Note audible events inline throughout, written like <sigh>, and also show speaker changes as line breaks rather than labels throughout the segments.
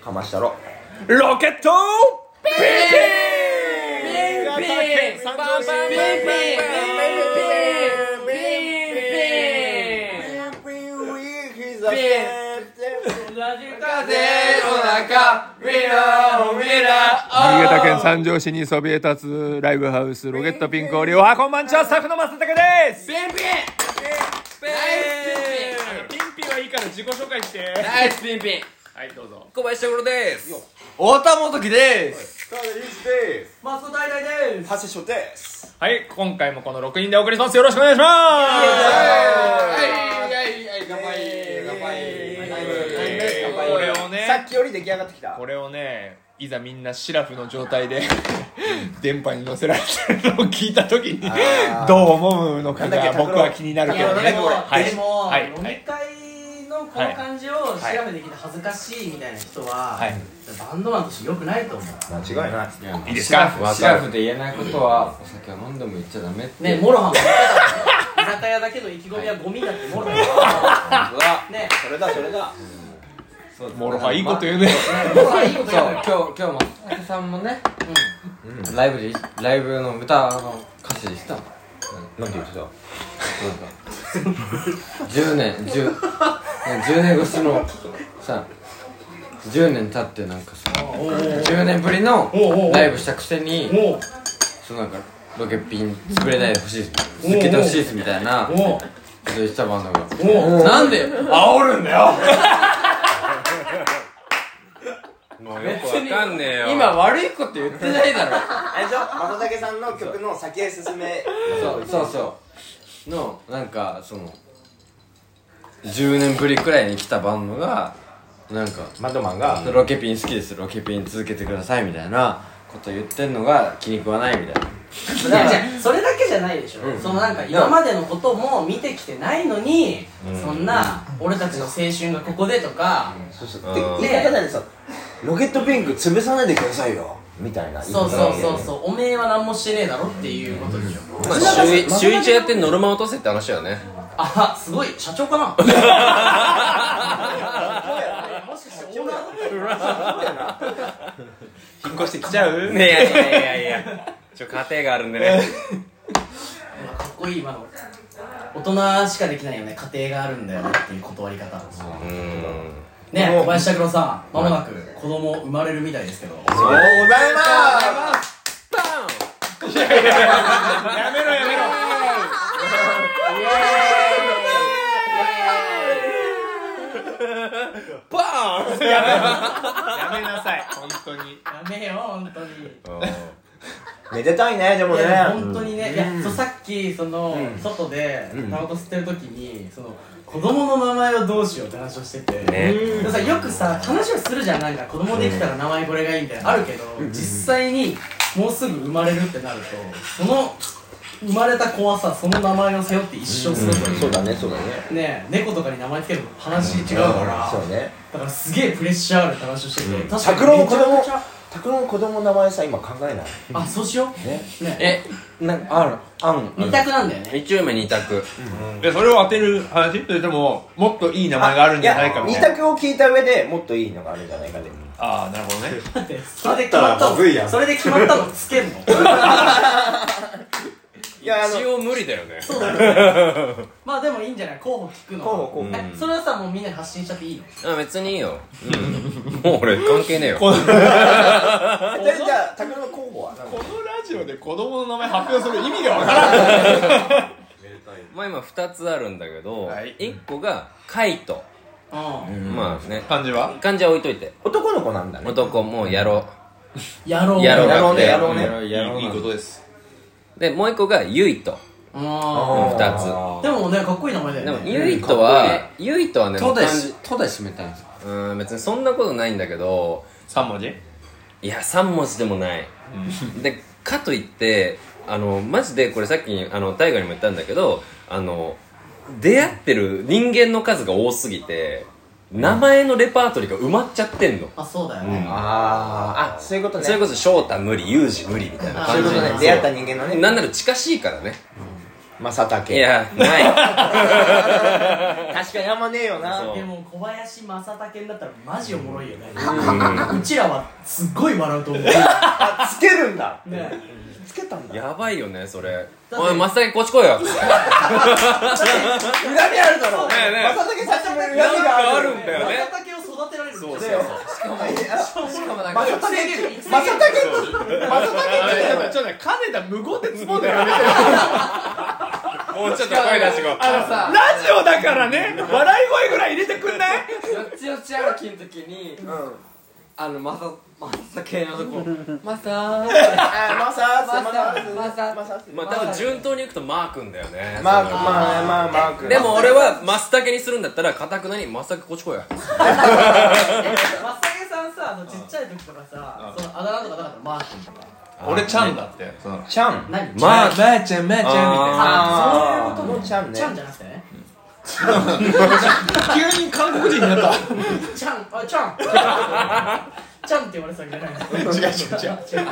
かましたろロケットピンピン
新潟県三条市
ピンピンピンピンピンピン
新潟県三条市にそびえ立つライブハウスロケットピンクオリオはこんばんちはスタッフの松坂です
ピンピ
ピ
ン
ンピはいいから自己紹介して
ナイスピンピン
はいどうぞ
小林所です太田元樹です
はい今回もこの6人でお送りしますよろしくお願いし
は
ま
いはいはい乾杯乾杯乾
すこれをねこ
ピ
れをねいざみんなシラフの状態で電波に乗せられてるのを聞い杯時に
ー
どう思うのかが僕は気になる
い
け
や
ど
で
ね
も、
はい
でも、
はい
飲み会のこの感じを調べてきて恥ずかしいみたいな人は、
はい
バンドマンとして良くないと思
間違いない
いいですか
シラフで言えないことはお酒は飲んでも言っちゃダメ
うねモロハも言ってたもん居酒屋だけの意気込みはゴミだってモロハもね
それだそれだ
モロハいいこと言うね
モロハいい
そ
こ
う
とやる
今日今日も佐々さんもねライブでライブの歌の歌詞でしたもん
何て言ってた
10年 10, 10年越しのさ10年経ってなんかさ10年ぶりのライブしたくせに
も
そのなんかロケピン作れないでほしい続けてほしいですみたいな
うも
こと言ってたバンドが
うもう
なんで煽るんだよ
もうよくわかんねえよ
今悪いこと言ってないだろ
あれでしょ松竹さんの曲の先へ進め
そうそうそうのなんかその10年ぶりくらいに来たバンドがなんか
マッドマンが
ロケピン好きですロケピン続けてくださいみたいなこと言ってんのが気に食わないみたいな
違うそれだけじゃないでしょ、
うん
そのなんか今までのことも見てきてないのに、そんな俺たちの青春がここでとか、
そうそう
で言い方なんですよロケットピンク潰さないでくださいよ
みたいな
そうそうそうそうおめえは何もしてねえだろっていうことでしょ、
まあ週一週一やってノルマ落とせって話だよね
あすごい社長かなもしかしてオーナーだった
引っ越してきちゃう
いやいやいやいやちょ家庭があるんでね
かっこいい今の大人しかできないよね家庭があるんだよねっていう断り方
うーん
ね小林拓郎さんまもなく子供生まれるみたいですけど
おはようございます
やめろやめろ
バーン
やめなさい本当に
やめよ本当に
めでたいねでも
い
ね
や本当にね、いやそうさっきその、外でタバコ吸ってる時にその子供の名前をどうしようって話をしてて、
ね
でもさよくさ話をするじゃんなんか子供できたら名前これがいいみたいなあるけど、実際にもうすぐ生まれるってなるとその生まれた子はさその名前を背負って一生するという、
そうだねそうだね
ね猫とかに名前つけるの話違うから、
そうね
だからすげえプレッシャーあるって話をしてて、確かに
拓郎も子供
めちゃくち
拓郎の子供の名前さ今考えない
ゃあそうしよう
ね
ね
えなんかあるあん
二択なんだよね
一応今二択
でそれを当てる話ででももっといい名前があるんじゃないかみ
二
たいな
択を聞いた上でもっといいのがあるんじゃないかで
ああなるほどね
ってそれで決まった
まずいや
の
ん
それで決まったのつけんの
いやあの
一応無理だよね
そうだね <laughs> まあでもいいんじゃない候補聞くの
候補候補
えそれはさもうみんなに発信しちゃっていいの
あ別にいいよもう俺関係ねえよ
えじゃあ拓郎の候補は
このラジオで子供の名前発表する意味がわからない
まあ今二つあるんだけど
はい
一個がカイト
うん
まあね
感じは
漢字は置いといて
男の子なんだね
男もうやろ
やろう
やろう
やろうねやろう
やろう
ね
ね
い
いいいことです
うでもう一個がユイト
うん
の二つ
でもねかっこいい名前だ
で
よ
も
ね
ユイトはユイトはね
東大
漢
し
字
東大閉めたんですか
うーん別にそんなことないんだけど
3文字
いや3文字でもないでかといってあのマジでこれさっきあの大河にも言ったんだけどあの出会ってる人間の数が多すぎて名前のレパートリーが埋まっちゃってんの、
あそうだよね
あーあそういうことね
それこそ翔太無理ユージ無理みたいな
あ
そういう
感
ことね
じ
そう
出会った人間のね
なんなら近しいからね、
まさたけ
いやない
確かにあんまねえよな
そう
でも小林正武になったらマジおもろいよね、うちらはすっごい笑うと思う
あつけるんだ
ね
つけた
<laughs>
んだ
やばいよねそれおい真っ先こっち来いよ
何あるだろう
ねえねえ
まさたけさせてるやつ
なん
が
か
あ
あ
る
るんだよね
正武を育てられるそう
そう
よ
まさたけまさたけまさたけ
ちょっとね金田無言でツボでやめて
もうちょっと声出してこ
あのさ
ラジオだからね笑い声ぐらい入れてくんない
よっちよち歩きの時に、あのまさまさ系のとこまさ
あ
ー
まさ
まさ
ま
まさ
さ
うまあ多分順当にいくとマー君だよね
マーク
そ
まあ
の
まあマーク
でも俺はマスタケにするんだったらかたくなにマスタケこっち来いよ
松茸さんさあのちっちゃい時とかさそのあだ名とかなかったのマー君とか
俺ちゃんだってその
ちゃん
何
マー
あまーちゃんまーちゃんみたいな
あそういうこともちゃんね
ちゃんじゃなくてね
急に韓国人になった
ちゃんあちゃんちゃんって言われてたわけじ
違う違う
ゃないの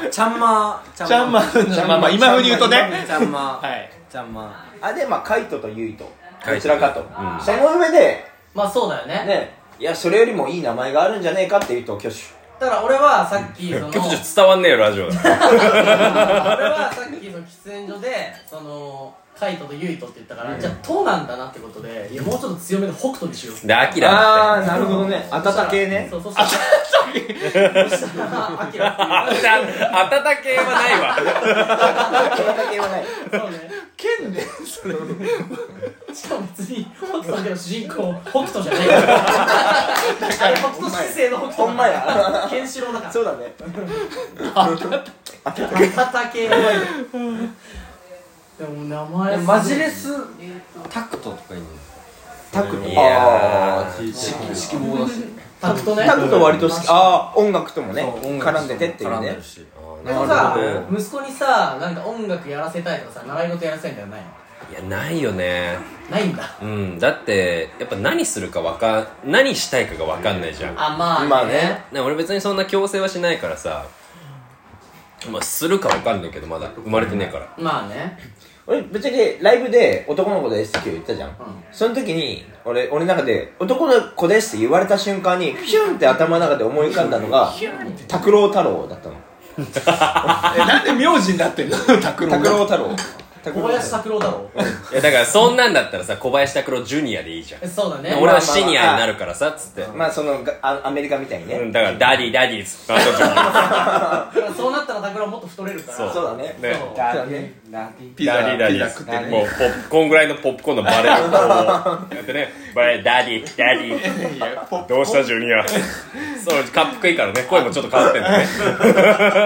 違う
ちゃんまー
ちゃんまーまあまあ今風に言うとね
ちゃんまー
はい
ちゃんま
あでまあカイトとユイと
カイト
どちらかと、
うん
その上で
まあそうだよね
ねいやそれよりもいい名前があるんじゃねえかっていうと挙手
だから俺はさっきその
今日ちょっと伝わんねえよラジオだから
俺はさっきその喫煙所でそのカイトとユイトって言ったから、じゃあトなんだなってことでいやもうちょっと強めで北斗にしよう
でアキラって
なるほどねあたた系ね
そうそうそうそしたらアキラっていう
じゃあ温けはないわ
あたた系はない
そうね
剣で
しかも別に北斗だけの主人公北斗じゃないからあれ北斗七星の北斗
ほんまや
ケンシロウだから
そうだね
赤竹やばいでも名前
ー
すごい
マジレスタクトとかいいの
タクト
いや
あー
色望だし
タクトね
タクト割と好きああ音楽ともね
そう音楽
絡んでてっていう
絡んで
ね
るし
でも
な
さ
るほどね
息子にさなんか音楽やらせたいとかさ習い事やらせたいみたいなのないの
いやないよね
ないんだ
うんだってやっぱ何するかわかん何したいかがわかんないじゃん
あまあ
まあね
ね俺別にそんな強制はしないからさまあするかわかんないけどまだ生まれてねえから
まあね
俺別にライブで男の子ですって今日言ったじゃん、その時に俺俺の中で男の子ですって言われた瞬間にピュンって頭の中で思い浮かんだのが拓郎太郎だったの
えなんで名字になってんの拓郎
拓郎太郎拓
小
郎
林
太郎
拓郎だろ
いやだからそんなんだったらさ小林拓郎ジュニアでいいじゃん
えそうだね
俺はシニアになるからさっつって
まあそのがあアメリカみたいにね、
うんだからダディダディっつってダ
そうなったら拓郎もっと太れるから
そう
そうだね
ね
そう
そうだね
ピザ
ディダデ
ピ
ィ
ザ
っつ
食
っ
って
て
る
もうポップこんぐらいのポップコーンのバレーをこうやってねバレーダディダディ
いやポッ
どうしたジュニアそうかっぷくいいからね声もちょっと変わってんのね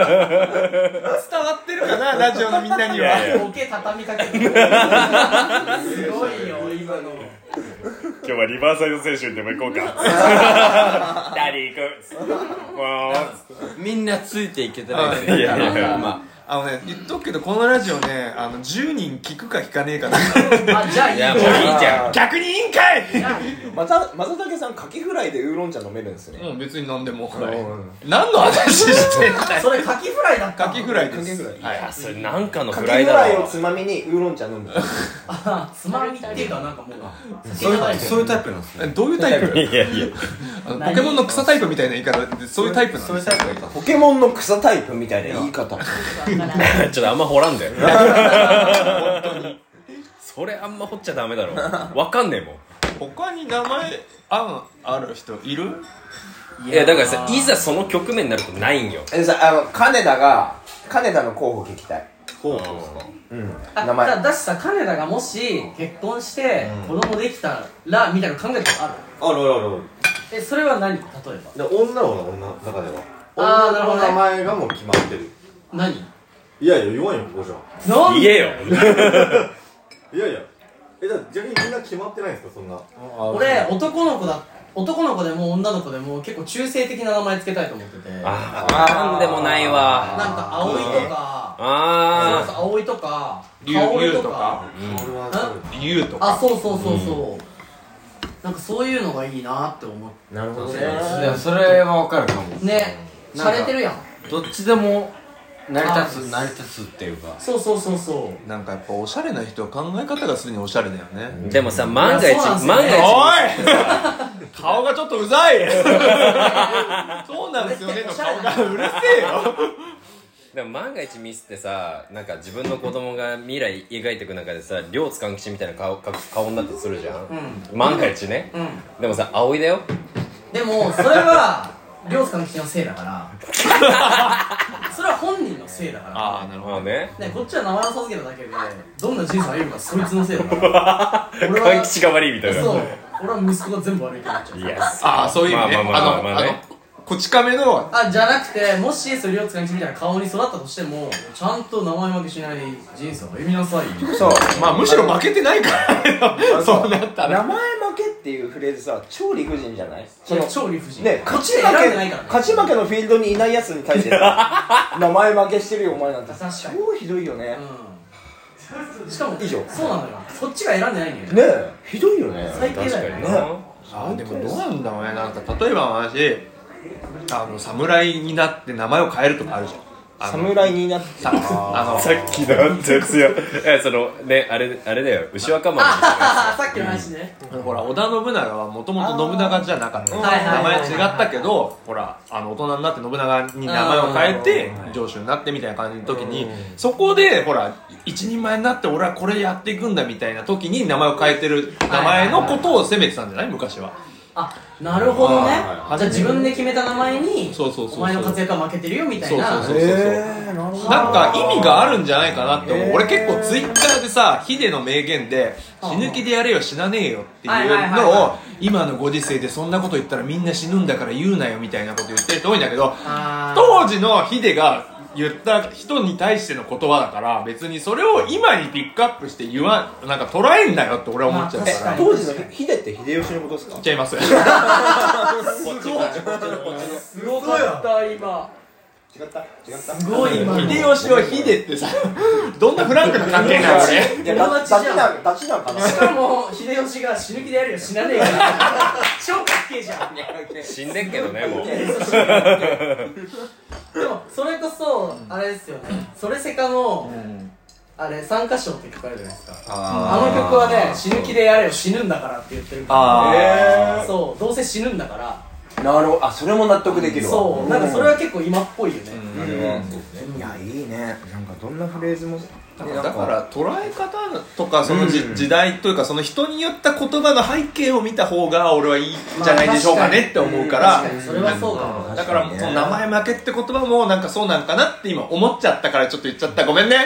伝わってるかなラジオのみんなには
ボケ畳みかけてるすごいよ今の
<laughs> 今日はリバーサイド選手にでも行こうか <laughs> ダディ行くわ
みんなついていけてない
ーいやいやいや
ま
あのね言っとくけどこのラジオねあの10人聞くか聞かねえか
あじゃあいい
いや
よ
もういいじゃん
逆にいいんかい
またまさたけさんカキフライでウーロン茶飲めるんですね、
うん別に何でも
うん
何の話してんだよ
それカキフライだった
カキフライ
カ
で
キ
す
フライ
いやそれなんかの
カ
フ
キ
ライ
フ
だ
ライを
ろ
つまみにウーロン茶飲む
あつまみっていうかなんかもう
そ
酒
う
じゃない
いう
よ
そういうタイプなんですね
えどういうタイプ
<laughs> いやいや
あのポケモンの草タイプみたいな言い方でそういうタイプな
そ
の
ういうタイプなんです
ポケモンの草タイプみたいな言い方
ちょっとあんま掘らんでそれあんま掘っちゃダメだろわかんねえもん
他に名前あんある人いる
いやだからさいざその局面になるとないんよ
えさあの金田が金田の候補聞きたいうん
あ
名前
だだしさ金田がもし結婚して子供できたらみたいなの考えたことある
あるあるある
えそれは何例え
で女の子の女の中では
あーなる
女の
ほど
子の
ね
名前がもう決まってる
ば何
いやいや言わんよここじゃ
なん
言え
<laughs>
よ
いやいやえじゃあ逆にみんな決まってないんですかそんな
俺男の子だ男の子でも女の子でも結構中性的な名前つけたいと思っててなんか
あわかんでもないわ
葵とかそう
あ
そう葵とか
龍
葵
龍
と
と
か
か
俺は
な
ユウとか
あそうそうそうそうなんかそういうのがいいなって思っ
なるほど
いやそれはわかるかも
てね
なんか
洒落てるやん
どっちでも成り立つ成り立つっていうか
そうそうそうそう
なんかやっぱおしゃれな人は考え方がすでにおしゃれだよね
でもさ、万が
い
一、
やそうなんすよ
万が
ね
<laughs>
一、
顔がちょっとうざい <laughs> そうなんですよねの顔がうるせえよ
でも万が一ミスってさ、なんか自分の子供が未来描いていく中でさ、両津勘吉みたいな顔顔顔になってするじゃん。万が一ね。
う
でもさ、葵だよ。
でもそれは涼介の気のせいだから <laughs> それは本人のせいだから
ああなる
まあね。
ね、こっちは名前を授けただけでどんな人生を歩むかそいつのせいだから俺
勘
は
吉が悪いみ <laughs> たいな。
そう俺は息子が全部悪いと思っちゃう
いや、
ああそういう意味ねあ
まあまあまあまあ
の
ま
あ
あね
のこち亀の
あじゃなくてもしそれを使いみたいな顔に育ったとしてもちゃんと名前負けしない人生を歩みなさいよ
そう
まあむしろ負けてないからねそうなったら
名前負けっていうフレーズさ超理不尽じゃないそ
いや
の
超理不尽
ね
こっ
勝
ち
ち
で
負
選んで
け
ないからね
勝ち負けのフィールドにいないやつに対して
<laughs>
さ名前負けしてるよお前なんて
確かに
超ひどいよね
うんしかも
以上
そうなのよそっちが選んでないんだよね
ねえひどいよね
最低
確
だ
か
よ
に
ね
な。
あーでもどうなんだろうねなんか例えば私あの侍になって名前を変えるとかあるじゃんあの
侍になって
さあの
<laughs> さっきのってやつよ。 <laughs> え、その、ね、あれ、あれだよ。牛若丸みたいなや
<laughs> あさっきの話ね
ほら織田信長はもともと信長じゃなかった
はいはい
名
はい
前
はい
違ったけどほらあの大人になって信長に名前を変えて上州になってみたいな感じの時にそこでほら一人前になって俺はこれやっていくんだみたいな時に名前を変えてる名前のことを責めてたんじゃない昔は
あなるほどね
はい
じゃあ自分で決めた名前に
そうそうそうそう
お前の活躍は負けてるよみた
そ
いうな
そうそうそうそうなんか意味があるんじゃないかなって思う俺結構ツイッターでさヒデの名言で「死ぬ気でやれよ死なねえよ」って
はい
い
はいはいうはい
のを今のご時世でそんなこと言ったらみんな死ぬんだから言うなよみたいなこと言ってる人多いんだけど
あー
当時のヒデが言った人に対しての言葉だから別にそれを今にピックアップして言わなんか捉えんなよって俺は思っちゃうか
え
ら
まあ確かに
言
当時のヒデって秀吉のことですか
っちゃいます
<laughs> すごかった今
違った違った
すごい今の
秀吉はヒデってさどんなフランクな関係なの俺
いやだダチなんダチなんかな
しかも秀吉が死ぬ気でやるよ死な <laughs> ねえよ超かっけえじゃん
つ。死んでんけどね、もう。
でもそれこそあれですよねそれせかのあれ三歌唱って曲あるじゃないですかあの曲はね死ぬ気でやれよ死ぬんだからって言ってる
あー
ねそうどうせ死ぬんだから
なるほどあそれも納得できるわ
そうなんかそれは結構今っぽいよね
いやいいねなんかどんなフレーズもね
だ
なん
から捉え方とかそのじ、時代というかその人に言った言葉の背景を見た方が俺はいいんじゃないでしょうかねって思うから、
確かにそれはそうかも
だからその名前負けって言葉もなんかそうなんかなって今思っちゃったからちょっと言っちゃったごめんね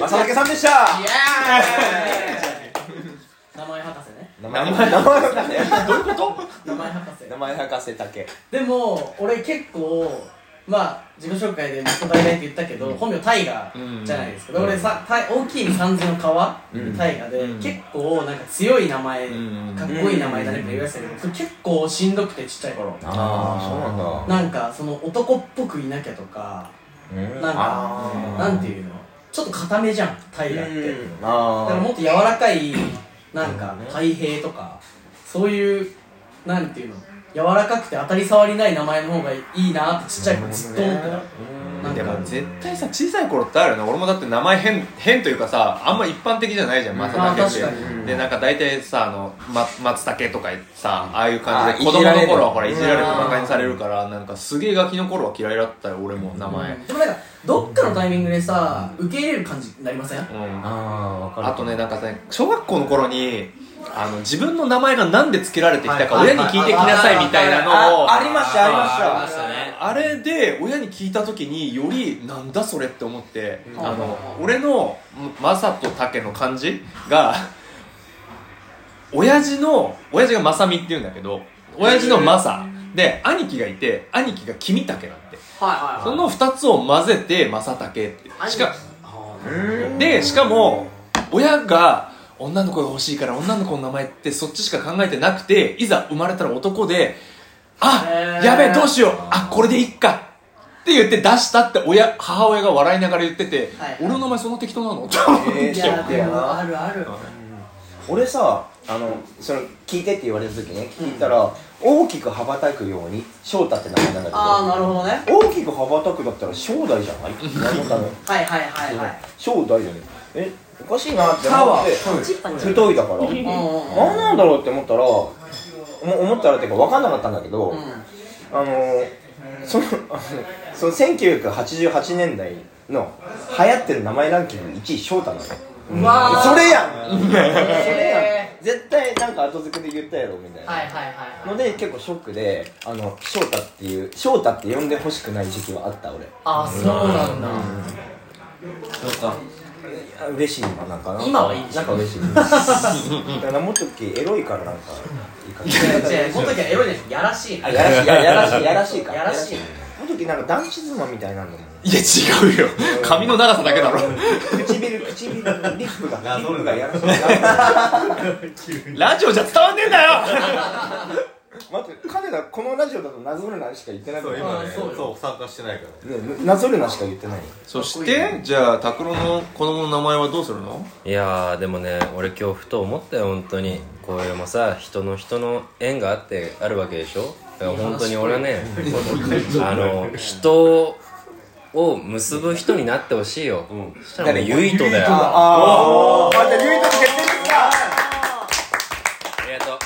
正竹さんでした
名前博士ね
名前名前
どういうこと
名前博士
名前博士竹
でも俺結構まあ自己紹介で息子大体って言ったけど、本名タイガーじゃないですけど、俺さタイ大きい三途の川、タイガーで、
うん
結構なんか強い名前、
ん
かっこいい名前だねって言われてたけど、それ結構しんどくてちっちゃい頃
ああそうなんだ
なんかその男っぽくいなきゃとか、なんかなんていうのちょっと固めじゃんタイガーって、だから
あ
もっと柔らかいなんか開閉とかそういうなんていうの柔らかくて当たり障りない名前の方がいいなってちっちゃい頃ずっと思ってた
で
なん
も
か
絶対さ小さい頃ってあるよね俺もだって名前変変というかさあんま一般的じゃないじゃん松
まあ
茸って、
確かに
でなんか大体さあの、ま、松茸とかさああいう感じで
あ
子
いじ
供
られ
の
る
頃はほらいじられて
うん
馬鹿にされるからなんかすげえガキの頃は嫌いだったよ俺も名前、
でもなんかどっかのタイミングでさ受け入れる感じになりません
うん
あ
あとねなんかね小学校の頃にあの自分の名前がなんで付けられてきたか親に聞いてきなさいみたいなのを
ありましたありました
あれで親に聞いた時によりなんだそれって思って、あの俺の「まさとたけ」の漢字が親父の親父が「まさみ」って言うんだけど親父の「まさ」で兄貴がいて兄貴が「きみたけ」だって
は
その2つを混ぜて「まさたけ」ってしかでしかも親が女の子が欲しいから女の子の名前ってそっちしか考えてなくていざ生まれたら男であ
へー
やべえどうしようあこれでいっかって言って出したって親母親が笑いながら言ってて、
はい
<laughs> 俺の名前そんな適当なのって思って
えー
いいやでもあるある
俺さあのその聞いてって言われた時ね聞いたら、大きく羽ばたくように翔太って名前なんだけど
ああなるほどね
大きく羽ばたくだったら正代じゃないって思ったの
はいはいはいはい
正代だよねえおかしいなって思って太いだから
うんうんうん
何なんだろうって思ったらお思ったらっていうか分かんなかったんだけど、あのそのあのその1988年代の流行ってる名前ランキング1位翔太なのよ
うわー
それやんそれや
へ
ん絶対なんか後付けで言ったやろみたい
ー
な、
はいはいはい
の
はい
で結構ショックであの翔太っていう翔太って呼んでほしくない時期はあった俺
ああそうなんだ
なんかいや嬉しい今なんかなんか
今はいい
なんか嬉しいだ <laughs> からもっとっきエロいからなんかいい感じ
<laughs> 違う違うこの時はエロいですやらしい
あやらしいややらしいやらしいから
やらしい
もっときなんか男子妻みたいなんだもん
いや違うよ髪の長さだけだろ
唇唇リップがリップがやらしい
ラジオじゃ伝わんねえんだよ
<laughs>
待って彼らこのラジオだとなぞるなしか言ってないか
そ
ら
う
ね
今ね
あそうよ
そう参加してないから
なぞるなしか言ってない
そしてじゃあ拓郎の子供の名前はどうするの
いやーでもね俺今日ふと思ったよ本当にこれもさ人の人の縁があってあるわけでしょだから本当に俺はねあの人を結ぶ人になってほしいよ、そしたらもうゆいとだよあ
ああまた唯一決定ですか
りがと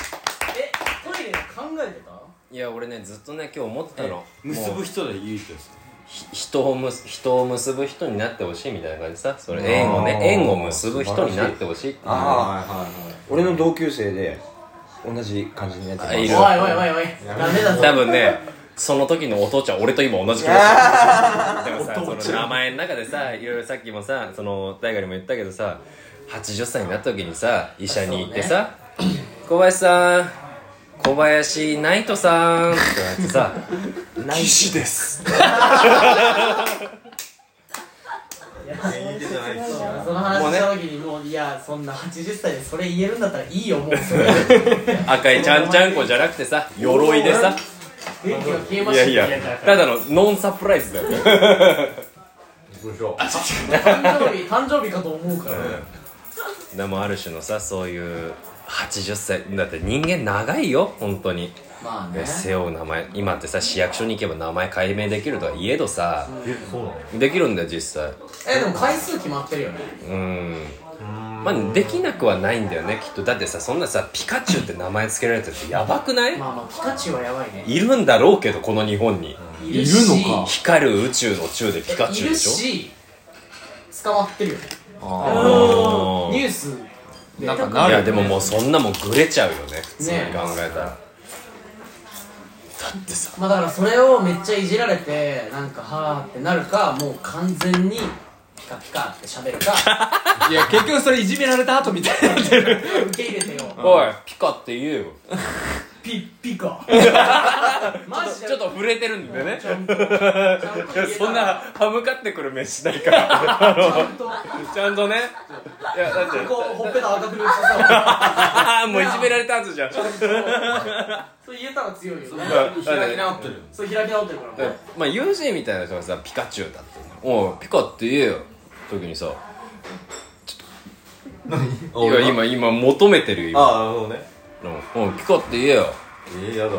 えトイレで考えてた
ういや俺ねずっとね今日思ったの
結ぶ人で唯一です
ひ人をむす人を結ぶ人になってほしいみたいな感じさそれ縁をね縁を結ぶ人になってほしいっていうね
ああ俺の同級生で同じ感じになって
あい
おい
る
おいおいおいダメだぞ
<laughs> 多分ねその時のお父ちゃん俺と今同じ気持ちだでもさその名前の中でさいろいろさっきもさその大我にも言ったけどさ80歳になった時にさ医者に行ってさ「小林さん小林ナイトさん」って言われてさ
その話した時にもういやそんな80歳でそれ言えるんだったらいいよ
<laughs>
もうそれ
赤いちゃんちゃんこじゃなくてさ鎧でさ
電気が消えま
い
した
や
よ
いやただのノンサプライズだよね
誕生日 <laughs> 誕生日かと思
<laughs>
うから
でもある種のさそういう80歳だって人間長いよ本当に
まあ
で
ね
背負う名前今ってさ市役所に行けば名前解明できるとはいえどさできるんだよ実際
えでも回数決まってるよね
うんまあできなくはないんだよねきっとだってさそんなさピカチュウって名前つけられてるってやばくない
まあまあピカチュウはやばいね
いるんだろうけどこの日本に
いるし
光る宇宙の宙でピカチュ
い
ウで
る
し
し捕まってるよね
ょうん
ニュースで
なんか
い
なる
やでももうそんなもんグレちゃうよね普通に
ね
考えたら
まあだからそれをめっちゃいじられてなんかはーってなるかもう完全にピカピカって喋るか
<laughs> いや結局それいじめられた後みたいになってる
<laughs> 受け入れてよ
おいピカって言えよ
ピッピカマジで
ちょっと触れてるんでね
ちゃんとちゃんと言えた
そんな歯向かってくる飯ないから
ちゃんと
ちゃんとねいやだって
こうほっぺた赤く塗ってさ
ああもういじめられたはずじゃん
そう言えたら強いよね
開
ってる
そう開き直ってるからもう
まあ UJ みたいな人がさピカチュウだっておうピカって言えよ時にさちょっといや今今求めてるよ今
ああなるほどね
うんうんピカって言えよ
えー、やだ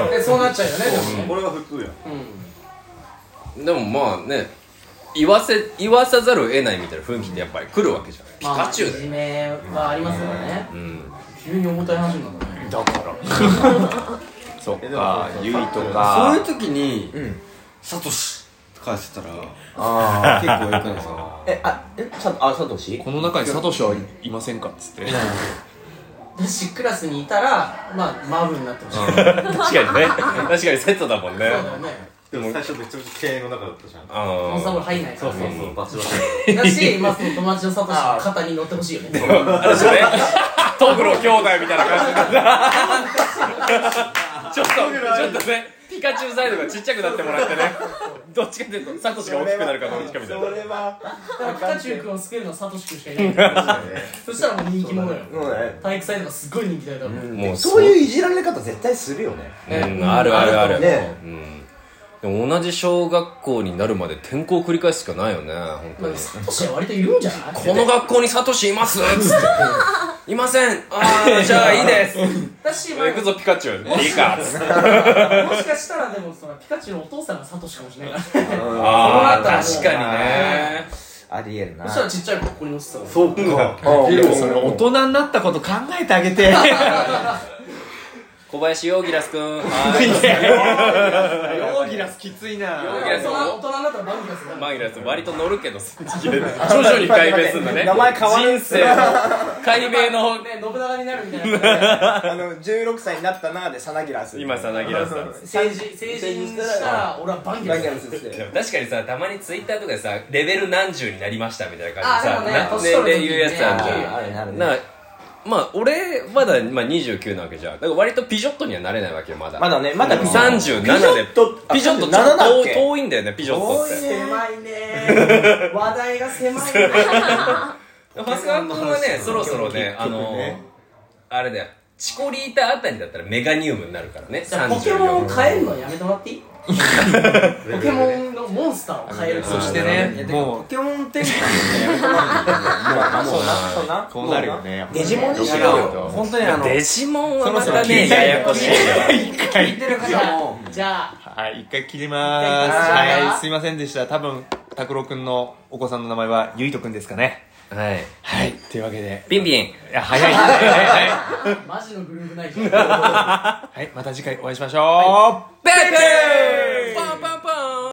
わ
でそうなっちゃうよねでも
これは普通やん
でもまあね言わせ言わさざるを得ないみたいな雰囲気ってやっぱり来るわけじゃんピ
まあ
カチュウ
い <laughs>
だ
じ
よ
めはありますからね
うん
急に重たい話になったね
そっかゆいと
そう
か
いう時に
ん
サトシとかしてたら結
あ
構よくないですか
あえあえさあさとし
この中にサトシはいませんかっつって
だしクラスにいたらまあマブになってほしいそう
確かにね確かにセットだもんね
だよね
でも最初めちゃめちゃ敬遠の中だったじゃん
あ
モンスターボール入んないから
そうそうバチバチ
だしまあその友達のサトシの肩に乗ってほしいよね
あれですよねトグロ兄弟みたいな感じでちょっとちょっとねピカチュウサイドがちっちゃくなってもらってね <laughs> どっちかというとサトシが大きくなるかどっちかみたいな
れは
だからピカチュウ君を救えるのはサトシ君しかいないからそしたらもう人気者よ
そうだね
体育祭とかすごい人気だよ多分
もう
そういういじられ方絶対するよね
うんあるあるある
ね
うんでも同じ小学校になるまで転校を繰り返すしかないよね本当に
サトシは割といるんじゃない
この学校にサトシいますっつって <laughs> いませんああじゃあいいです
だし、まあ
行くぞピカチュウいいかっつって
もしかしたらでもそのピカチュウのお父さんがサトシかもしれないから
あ
ー
確かにね
ありえるな
そしたらちっちゃい子ここに落ちてたそう
そうか。
でもそれ大人になったこと考えてあげて
小林ヨーギラスくんはい
ヨーギラスきついな
ヨーギ
大
ラス
人大人になったらバンギャスだ
マギラス割と乗るけど徐々に解明するんだね
名前変わる
人生の解明の
ね信長になるみたいな
あの16歳になったなーでサナギラス
今さなぎらさん
成人成人したら俺はバンギ
サ
ャ
ナギ
スだ
ラスって
でも確かにさたまにツイッターとかでさレベル何十になりましたみたいな感じでさ
あでもね
な
年取る時
年齢言うやつあるじ
ああるねあ
ゃ
る
ん
ね
なまあ俺まだ、まあ、29なわけじゃんだから割とピジョットにはなれないわけよまだ
まだねまだピ
37で
ジョットあ
ピジョットちょ
37
っと
だっ
遠
け
い遠いんだよねピジョット
遠
っ
い
て
ね
狭いね話題が狭いね
長谷川君はねそろそろねあのあれだよチコリータあたりだったらメガニウムになるからね
じゃあポケモンを
34
変えるのやめてもらっていいポケモンのモンスターを変える
そしてねも
ポケモン <laughs> 転換ってやめてもらっていいまあもうなそうな
うこうなるよね
デジモンにし
違う
ようよ
本当にあの
デジモンはまた
そろそろ聞
ね
いて
ややこしいよ
聞いてる方もじゃあ
はい、一回切りまー
一
す。
回切ります
はい、すいませんでした。多分、拓郎くんのお子さんの名前は、ゆいとくんですかね。
はい
はい、というわけで。
ビンビン
いや、早い。はい、はい
マジのグループないじゃん
はい、また次回お会いしましょう。
ペーペーパンパン